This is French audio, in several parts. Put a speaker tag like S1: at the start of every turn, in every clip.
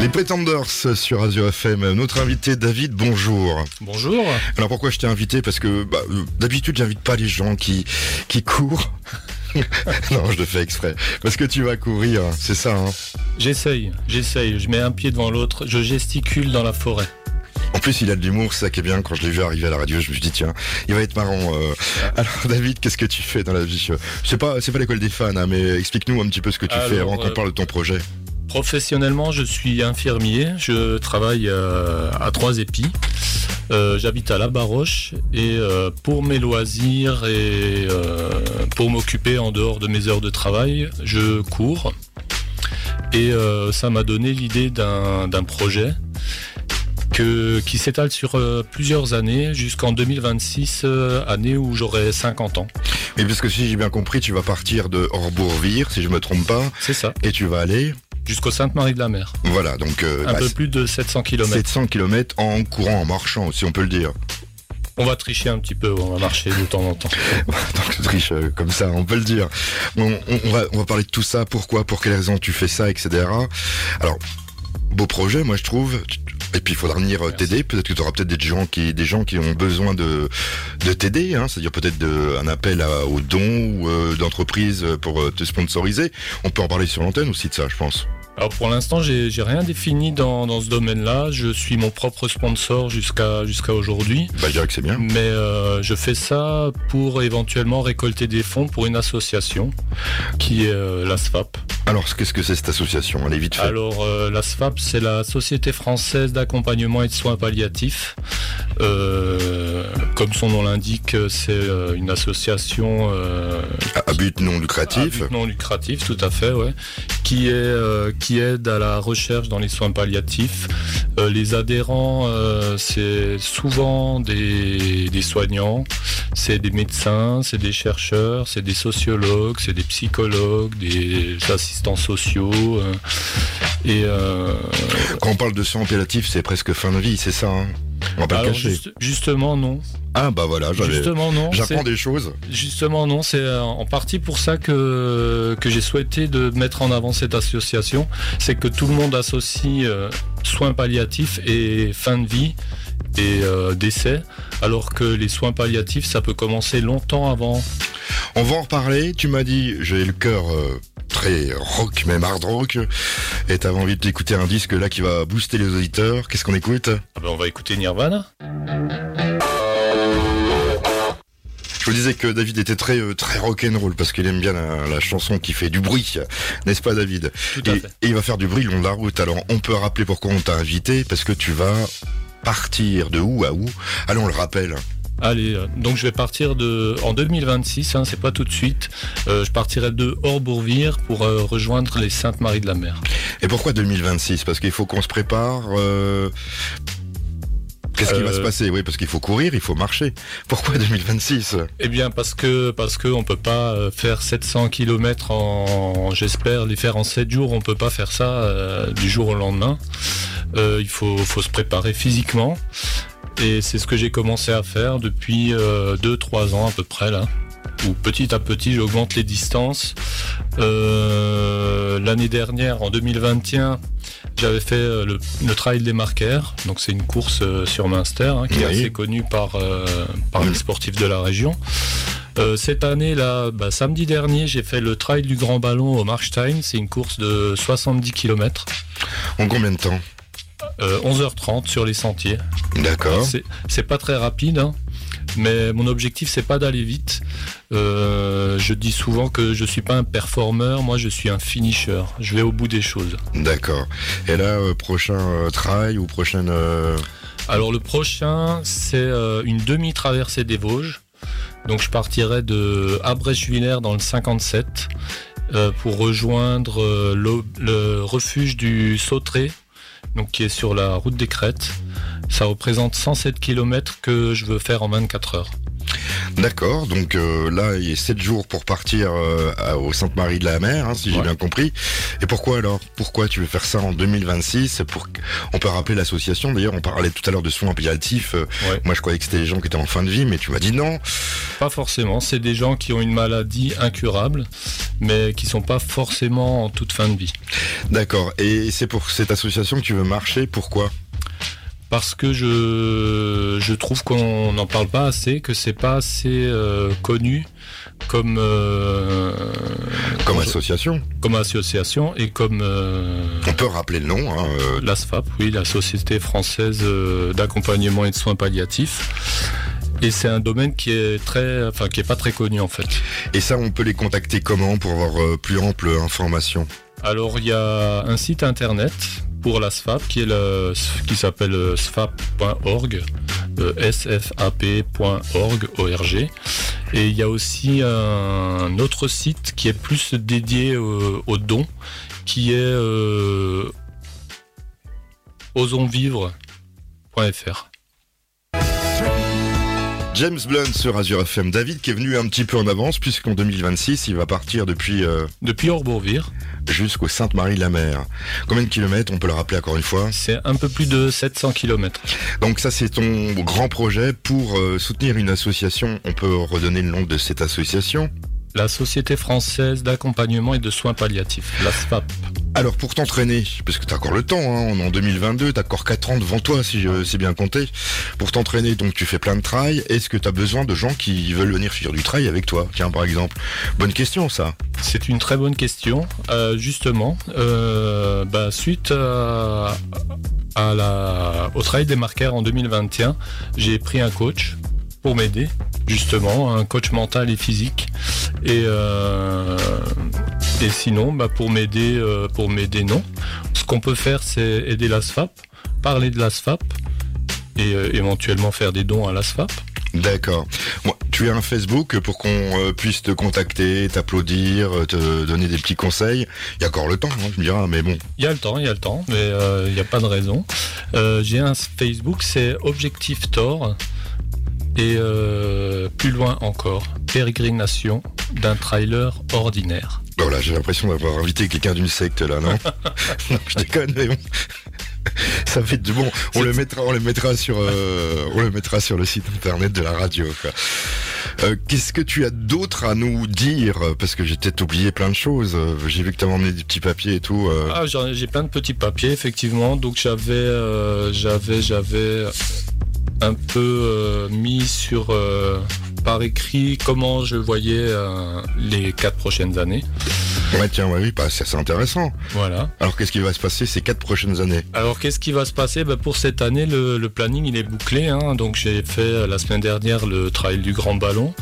S1: Les Pretenders sur Azure FM. Notre invité David, bonjour.
S2: Bonjour.
S1: Alors pourquoi je t'ai invité Parce que bah, euh, d'habitude j'invite pas les gens qui qui courent. non, je le fais exprès. Parce que tu vas courir, c'est ça. hein.
S2: J'essaye, j'essaye. Je mets un pied devant l'autre, je gesticule dans la forêt.
S1: En plus, il a de l'humour, c'est ça qui est bien. Quand je l'ai vu arriver à la radio, je me suis dit tiens, il va être marrant. euh. Alors David, qu'est-ce que tu fais dans la vie C'est pas c'est pas l'école des fans, hein, mais explique-nous un petit peu ce que tu fais
S2: Alors,
S1: avant qu'on
S2: euh,
S1: parle de ton projet.
S2: Professionnellement, je suis infirmier. Je travaille euh, à Trois Épis. Euh, J'habite à La Baroche et euh, pour mes loisirs et euh, pour m'occuper en dehors de mes heures de travail, je cours. Et euh, ça m'a donné l'idée d'un d'un projet que, qui s'étale sur euh, plusieurs années jusqu'en 2026, euh, année où j'aurai 50 ans.
S1: Mais parce que si j'ai bien compris, tu vas partir de Orbourvire, si je me trompe pas,
S2: C'est ça.
S1: et tu vas aller
S2: jusqu'au Sainte-Marie-de-la-Mer.
S1: voilà donc euh,
S2: Un
S1: bah,
S2: peu plus de 700 km.
S1: 700 km en courant, en marchant, si on peut le dire.
S2: On va tricher un petit peu, on va marcher de temps en temps.
S1: Donc je triche euh, comme ça, on peut le dire. On, on- on va, on va parler de tout ça, pourquoi, pour quelles raisons tu fais ça, etc. Alors, beau projet, moi je trouve. Et puis il faudra venir euh,
S2: Merci.
S1: t'aider. Peut-être que tu auras peut-être des gens qui, des gens qui ont besoin de, de t'aider. Hein, C'est-à-dire peut-être de- un appel à- aux dons ou euh, d'entreprises pour euh, te sponsoriser. On peut en parler sur l'antenne aussi de ça, je pense.
S2: Alors pour l'instant, j'ai j'ai rien défini dans, dans ce domaine-là. Je suis mon propre sponsor jusqu'à jusqu'à aujourd'hui.
S1: Bah, je dirais que c'est bien.
S2: Mais euh, je fais ça pour éventuellement récolter des fonds pour une association qui est euh, l'ASFAP.
S1: Alors, qu'est-ce que c'est cette association Allez, vite fait.
S2: Alors euh, la SFAP, c'est la Société française d'accompagnement et de soins palliatifs. Euh, comme son nom l'indique, c'est euh, une association euh,
S1: à, à but non
S2: à
S1: lucratif.
S2: but non Ah, lucratif, tout à fait, ouais, qui est euh, qui aide à la recherche dans les soins palliatifs. Euh, les adhérents, euh, c'est souvent des, des soignants, c'est des médecins, c'est des chercheurs, c'est des sociologues, c'est des psychologues, des assistants sociaux. euh, et euh,
S1: Quand on parle de soins palliatifs, c'est presque fin de vie, c'est ça. hein on va pas le
S2: Bah alors
S1: cacher.
S2: juste- justement non,
S1: Ah bah voilà, j'avais-
S2: justement non,
S1: j'apprends
S2: c'est-
S1: des choses.
S2: Justement, non, c'est euh, en partie pour ça que, que j'ai souhaité de mettre en avant cette association. C'est que tout le monde associe euh, soins palliatifs et fin de vie et euh, décès, alors que les soins palliatifs, ça peut commencer longtemps avant.
S1: On va en reparler. Tu m'as dit, j'ai le cœur euh, très rock, même hard rock, et t'avais envie d'écouter un disque là qui va booster les auditeurs. Qu'est-ce qu'on écoute
S2: Ah ben, on va écouter Nirvana.
S1: Je vous disais que David était très euh, très rock'n'roll parce qu'il aime bien la, la chanson qui fait du bruit, n'est-ce pas David
S2: Tout
S1: et, et il va faire du bruit le long de la route. Alors on peut rappeler pourquoi on t'a invité parce que tu vas partir de où à où Allez, on le rappelle.
S2: Allez, euh, donc je vais partir de en 2026, hein, c'est pas tout de suite. euh, je partirai de Orbourvire pour euh, rejoindre les Saintes-Maries de la Mer.
S1: Et pourquoi 2026 Parce qu'il faut qu'on se prépare. euh, Qu'est-ce qui va
S2: Euh,
S1: se passer Oui, parce qu'il faut courir, il faut marcher. Pourquoi 2026
S2: Eh bien parce que parce que on peut pas euh, faire 700 km en j'espère les faire en 7 jours, on peut pas faire ça euh, du jour au lendemain. Euh, il faut faut se préparer physiquement et c'est ce que j'ai commencé à faire depuis 2 3 ans à peu près là. Où petit à petit j'augmente les distances. Euh, l'année dernière en 2021, j'avais fait euh, le, le trail des marquaires, donc c'est une course euh, sur Munster hein, qui est
S1: Oui.
S2: assez connue par euh, par
S1: Oui.
S2: les sportifs de la région. Euh, cette année, là, bah, samedi dernier, j'ai fait le trail du Grand Ballon au Marstein. C'est une course de 70 km,
S1: En combien de temps
S2: Euh, 11h30 sur les sentiers.
S1: D'accord.
S2: C'est- C'est pas très rapide, hein, mais mon objectif, c'est pas d'aller vite. Euh, je dis souvent que je suis pas un performeur, moi je suis un finisher. Je vais au bout des choses.
S1: D'accord. Et là, euh, prochain euh, trail ou prochaine... euh,
S2: Alors le prochain, c'est euh, une demi-traversée des Vosges. Donc je partirai de Abrèche-Villers dans le 57 euh, pour rejoindre euh, le, le refuge du Sautré, donc qui est sur la route des Crêtes. Ça représente 107 km que je veux faire en 24 heures.
S1: D'accord, donc euh, là, il y a 7 jours pour partir euh, à- au Sainte-Marie de la Mer, hein, si j'ai
S2: Ouais.
S1: bien compris. Et pourquoi alors Pourquoi tu veux faire ça en 2026 pour... que- On peut rappeler l'association, d'ailleurs, on parlait tout à l'heure de soins palliatifs. euh,
S2: Ouais.
S1: Moi, je croyais que c'était les gens qui étaient en fin de vie, mais tu m'as dit non.
S2: Pas forcément, c'est des gens qui ont une maladie incurable, mais qui sont pas forcément en toute fin de vie.
S1: D'accord, et c'est pour cette association que tu veux marcher, pourquoi
S2: Parce que je, je trouve qu'on n'en parle pas assez, que c'est pas assez euh, connu comme, euh,
S1: Comme
S2: comme-
S1: association
S2: comme association et comme euh,
S1: On peut rappeler le nom, hein, euh,
S2: l'ASFAP, oui, la Société Française euh, d'Accompagnement et de Soins Palliatifs. Et c'est un domaine qui est très, enfin, qui est pas très connu en fait.
S1: et ça, on peut les contacter comment pour avoir euh, plus ample information
S2: Alors il y a un site internet pour la SFAP qui est le, qui s'appelle euh, sfap.org, euh, sfap.org, org. Et il y a aussi un autre site qui est plus dédié euh, aux dons, qui est euh, osonsvivre.fr.
S1: James Blunt sur Azure FM. David qui est venu un petit peu en avance puisqu'en 2026, il va partir depuis euh,
S2: Depuis Orbourvire,
S1: jusqu'au Sainte-Marie-la-Mer. Combien de kilomètres On peut le rappeler encore une fois.
S2: c'est un peu plus de 700 km.
S1: Donc ça, c'est ton grand projet pour euh, soutenir une association. On peut redonner le nom de cette association.
S2: La Société française d'accompagnement et de soins palliatifs, la SFAP.
S1: Alors pour t'entraîner, parce que t'as encore le temps, hein, on est en 2022, t'as encore 4 ans devant toi si je sais bien compter. Pour t'entraîner, donc tu fais plein de trail. Est-ce que t'as besoin de gens qui veulent venir faire du trail avec toi Tiens, par exemple. Bonne question, ça.
S2: C'est une très bonne question. Euh, justement, euh, bah, suite à, à la, au travail des marqueurs en 2021, j'ai pris un coach pour m'aider, justement, un coach mental et physique. Et, euh, et sinon, bah, pour m'aider, euh, pour m'aider, non. Ce qu'on peut faire, c'est aider l'ASFAP, parler de l'ASFAP et euh, éventuellement faire des dons à l'ASFAP.
S1: D'accord. Moi, tu as un Facebook pour qu'on euh, puisse te contacter, t'applaudir, euh, te donner des petits conseils. Il y a encore le temps, hein, tu me diras, mais bon.
S2: Il y a le temps, il y a le temps, mais euh, il n'y a pas de raison. Euh, J'ai un Facebook, c'est Objectif Thor. Et euh, plus loin encore, pérégrination d'un trailer ordinaire.
S1: Voilà, j'ai l'impression d'avoir invité quelqu'un d'une secte là, non Non, je déconne, mais bon. Ça fait du bon. On
S2: C'est-
S1: le mettra, on le mettra sur, euh, on le mettra sur le site internet de la radio. quoi. Euh, Qu'est-ce que tu as d'autre à nous dire Parce que j'ai peut-être oublié plein de choses. Euh, J'ai vu que t'avais emmené des petits papiers et tout. euh.
S2: Ah, j'en ai- j'ai plein de petits papiers, effectivement. Donc j'avais, euh, j'avais, j'avais un peu euh, mis sur euh, par écrit comment je voyais euh, les quatre prochaines années. Ah.
S1: Ouais, tiens, ouais, oui, bah, c'est assez intéressant.
S2: Voilà.
S1: Alors, qu'est-ce qui va se passer ces quatre prochaines années
S2: Alors qu'est-ce qui va se passer Ben, Pour cette année, le, le planning il est bouclé. hein. Donc j'ai fait euh, la semaine dernière le trail du Grand Ballon.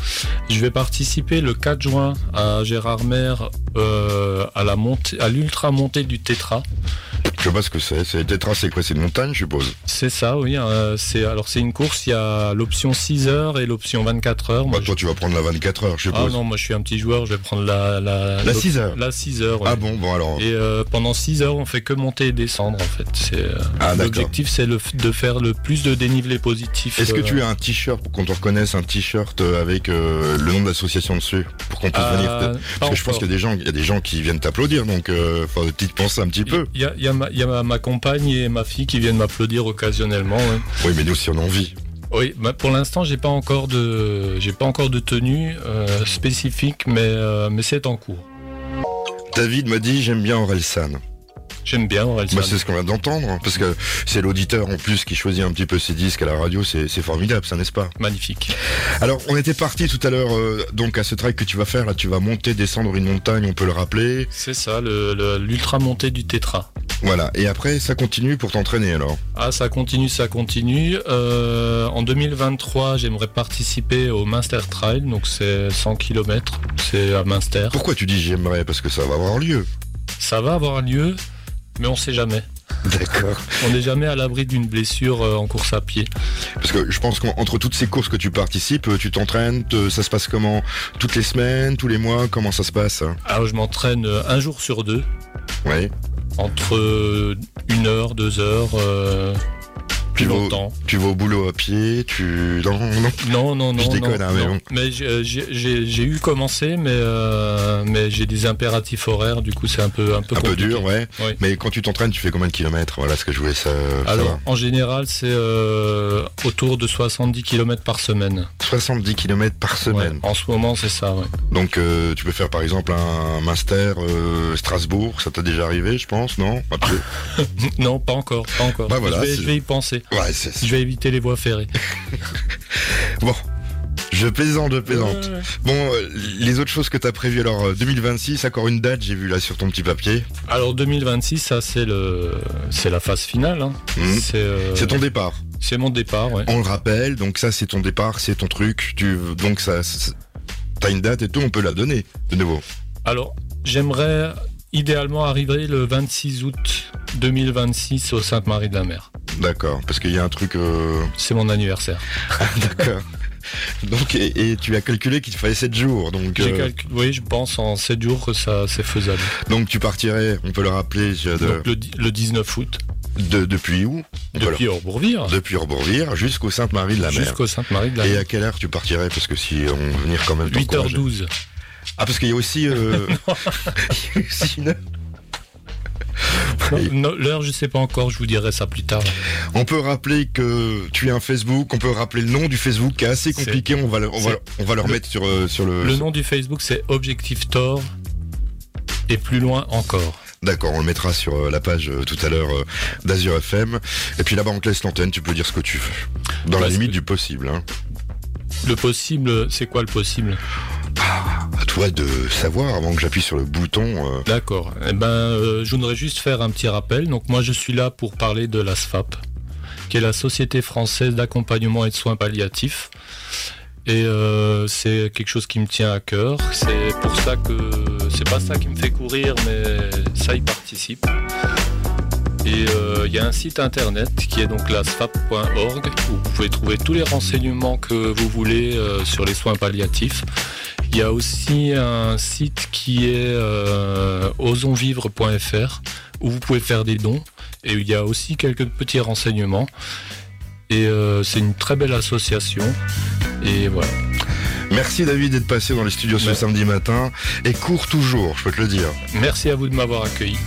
S2: Je vais participer le 4 juin à Gérardmer euh, à la montée, à l'ultra montée du Tétra.
S1: Je sais pas ce que c'est. C'est Tetra, c'est quoi C'est une montagne, je suppose.
S2: C'est ça, oui. euh, c'est alors c'est une course. Il y a l'option 6 heures et l'option 24 heures. Moi,
S1: Bah,
S2: je-
S1: toi, tu vas prendre la 24 heures, je
S2: Ah
S1: suppose.
S2: non, moi je suis un petit joueur. Je vais prendre la
S1: la
S2: la l'op-
S1: 6 heures.
S2: la 6 heures.
S1: Ah
S2: oui.
S1: bon, bon alors.
S2: Et euh, pendant 6 heures, on fait que monter et descendre en fait. C'est euh,
S1: Ah d'accord.
S2: l'objectif, c'est le f- de faire le plus de dénivelé positif.
S1: Est-ce que
S2: euh,
S1: tu as un t-shirt pour qu'on te reconnaisse un t-shirt euh, avec euh, le nom de l'association dessus pour qu'on puisse
S2: Ah,
S1: venir te-
S2: pas
S1: Parce que je
S2: encore.
S1: pense qu'il y a des gens, il y a des gens qui viennent t'applaudir, donc euh, faut que tu y penses un petit peu.
S2: Il y a, il y a ma, il y a ma- ma compagne et ma fille qui viennent m'applaudir occasionnellement. ouais.
S1: Oui, mais nous si on a envie.
S2: Oui, bah, pour l'instant, j'ai pas encore de, j'ai pas encore de tenue euh, spécifique, mais euh, mais c'est en cours.
S1: David m'a dit j'aime bien Aurel San.
S2: J'aime bien Orelsan.
S1: Bah, c'est ce qu'on vient d'entendre, hein, parce que c'est l'auditeur en plus qui choisit un petit peu ses disques à la radio, c'est c'est formidable, ça n'est-ce pas
S2: Magnifique.
S1: Alors, on était parti tout à l'heure, euh, donc à ce trail que tu vas faire, là, tu vas monter, descendre une montagne, on peut le rappeler.
S2: C'est ça, le- le- l'ultra montée du Tétra.
S1: Voilà. Et après, ça continue pour t'entraîner, alors.
S2: Ah, ça continue, ça continue. Euh, en 2023, j'aimerais participer au Munster Trail, donc c'est 100 km, c'est à Munster.
S1: Pourquoi tu dis j'aimerais Parce que ça va avoir lieu.
S2: Ça va avoir lieu, mais on sait jamais.
S1: D'accord.
S2: On n'est jamais à l'abri d'une blessure euh, en course à pied.
S1: Parce que je pense qu'entre toutes ces courses que tu participes, euh, tu t'entraînes, te- ça se passe comment Toutes les semaines, tous les mois, comment ça se passe hein
S2: Alors je m'entraîne euh, un jour sur deux,
S1: Ouais.
S2: entre euh, une heure, deux heures, euh, depuis
S1: vas au-
S2: longtemps.
S1: Tu vas au boulot à pied, tu. Non, non.
S2: Non, non, non.
S1: Je déconne,
S2: non,
S1: hein, mais
S2: non.
S1: bon.
S2: Mais j'ai- euh, j'ai j'ai- j'ai eu commencé, mais, euh, mais j'ai des impératifs horaires, du coup c'est un peu, un peu
S1: Un peu
S2: compliqué.
S1: dur, ouais.
S2: Oui.
S1: Mais quand tu t'entraînes, tu fais combien de kilomètres Voilà ce que je voulais ça.
S2: Alors,
S1: savoir.
S2: en général, c'est euh, autour de 70 km par semaine.
S1: 70 km par semaine.
S2: Ouais, en ce moment, c'est ça, ouais.
S1: Donc euh, tu peux faire par exemple un master euh, Strasbourg, ça t'a déjà arrivé, je pense, non Un peu.
S2: Non, pas encore, pas encore.
S1: Bah voilà,
S2: je, vais,
S1: c'est-
S2: je vais y penser.
S1: Ouais, c'est
S2: Je vais éviter les voies ferrées.
S1: bon. Je plaisante, je plaisante.
S2: Ouais, ouais.
S1: Bon, euh, les autres choses que t'as prévues, alors euh, 2026, encore une date, j'ai vu là sur ton petit papier.
S2: Alors 2026, ça c'est le, c'est la phase finale. hein.
S1: Mhm.
S2: C'est euh,
S1: C'est ton départ.
S2: c'est mon départ, ouais.
S1: On le rappelle, donc ça c'est ton départ, c'est ton truc. Tu donc ça, c'est- t'as une date et tout, on peut la donner de nouveau.
S2: Alors, j'aimerais idéalement arriver le 26 août 2026 au Sainte-Marie-de-la-Mer.
S1: D'accord, parce qu'il y a un truc. euh,
S2: C'est mon anniversaire.
S1: D'accord. Donc et, et tu as calculé qu'il te fallait 7 jours, donc.
S2: J'ai
S1: euh,
S2: calculé, oui, je pense en 7 jours que ça c'est faisable.
S1: Donc tu partirais, on peut le rappeler, je- de,
S2: Donc le, di- le 19 août,
S1: de- depuis où On peut le-
S2: depuis Orbourvire,
S1: Depuis Orbourvire jusqu'au Sainte-Marie-de-la-Mer.
S2: jusqu'au
S1: Et
S2: Sainte-Marie-de-la-Mer.
S1: à quelle heure tu partirais Parce que si on veut venir quand même. t'encourager.
S2: 8h12.
S1: Ah, parce qu'il y a aussi. euh, il y a aussi une-
S2: Non, non, L'heure, je sais pas encore, je vous dirai ça plus tard.
S1: On peut rappeler que tu as un Facebook, on peut rappeler le nom du Facebook qui est assez compliqué, on va le, on va, le- on va le remettre sur, euh, sur le.
S2: Le nom du Facebook, c'est Objectif Thor et plus loin encore.
S1: D'accord, on le mettra sur euh, la page euh, tout à l'heure euh, d'Azure FM. Et puis là-bas, on te laisse l'antenne, tu peux dire ce que tu veux. Dans la
S2: Parce
S1: limite
S2: que-
S1: du possible. Hein.
S2: Le possible, c'est quoi le possible
S1: À toi de savoir avant que j'appuie sur le bouton. euh,
S2: D'accord. Eh ben, euh, je voudrais juste faire un petit rappel. Donc moi, je suis là pour parler de la SFAP, qui est la Société française d'accompagnement et de soins palliatifs. Et euh, c'est quelque chose qui me tient à cœur. C'est pour ça que c'est pas ça qui me fait courir, mais ça y participe. Et euh, il y a un site internet qui est donc la sfap.org où vous pouvez trouver tous les renseignements que vous voulez euh, sur les soins palliatifs. Il y a aussi un site qui est euh, osonsvivre.fr où vous pouvez faire des dons et il y a aussi quelques petits renseignements. Et euh, c'est une très belle association. Et voilà.
S1: Merci David d'être passé dans les studios ce
S2: Ouais.
S1: samedi matin et cours toujours, je peux te le dire.
S2: Merci à vous de m'avoir accueilli.